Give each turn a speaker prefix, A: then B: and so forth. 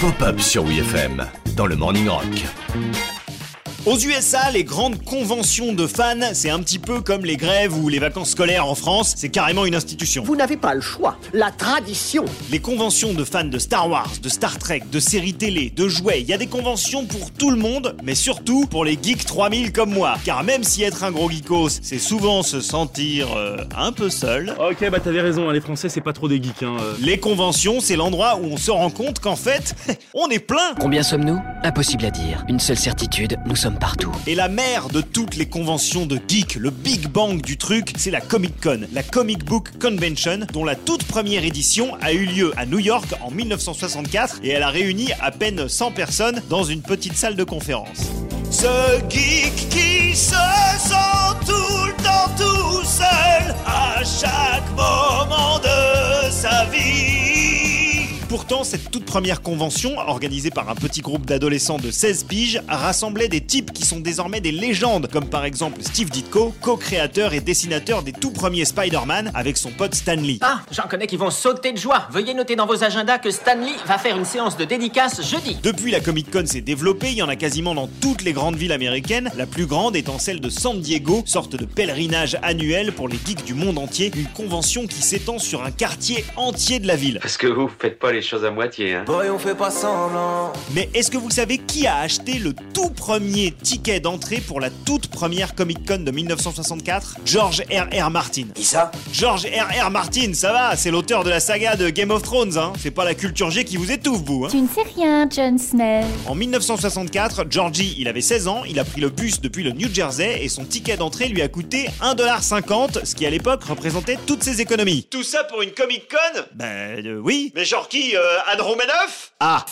A: Pop-up sur WFM dans le Morning Rock.
B: Aux USA, les grandes conventions de fans, c'est un petit peu comme les grèves ou les vacances scolaires en France, c'est carrément une institution.
C: Vous n'avez pas le choix. La tradition.
B: Les conventions de fans de Star Wars, de Star Trek, de séries télé, de jouets, il y a des conventions pour tout le monde, mais surtout pour les geeks 3000 comme moi. Car même si être un gros geekos, c'est souvent se sentir euh, un peu seul,
D: Ok, bah t'avais raison, hein, les Français c'est pas trop des geeks. Hein, euh.
B: les conventions, c'est l'endroit où on se rend compte qu'en fait, on est plein
E: Combien sommes-nous Impossible à dire. Une seule certitude, nous sommes partout.
B: Et la mère de toutes les conventions de geek, le Big Bang du truc, c'est la Comic Con, la Comic Book Convention, dont la toute première édition a eu lieu à New York en 1964 et elle a réuni à peine 100 personnes dans une petite salle de conférence. Ce geek qui se sent tout le temps tout seul à chaque moment de sa vie. Pourtant, cette toute première convention, organisée par un petit groupe d'adolescents de 16 piges, rassemblait des types qui sont désormais des légendes, comme par exemple Steve Ditko, co-créateur et dessinateur des tout premiers Spider-Man avec son pote Stan Lee.
F: Ah, j'en connais qui vont sauter de joie. Veuillez noter dans vos agendas que Stanley va faire une séance de dédicace jeudi.
B: Depuis, la Comic Con s'est développée, il y en a quasiment dans toutes les grandes villes américaines, la plus grande étant celle de San Diego, sorte de pèlerinage annuel pour les geeks du monde entier, une convention qui s'étend sur un quartier entier de la ville.
G: Parce que vous faites pas les choses à moitié, hein.
B: Mais est-ce que vous savez qui a acheté le tout premier ticket d'entrée pour la toute première Comic Con de 1964 George R.R. Martin. Qui ça George R.R. Martin, ça va, c'est l'auteur de la saga de Game of Thrones, hein. C'est pas la culture G qui vous étouffe, vous, hein.
H: Tu ne sais rien, John Snow.
B: En 1964, Georgie, il avait 16 ans, il a pris le bus depuis le New Jersey et son ticket d'entrée lui a coûté 1,50$, ce qui à l'époque représentait toutes ses économies. Tout ça pour une Comic Con Ben euh, oui. Mais genre qui Andrew Manoff Ah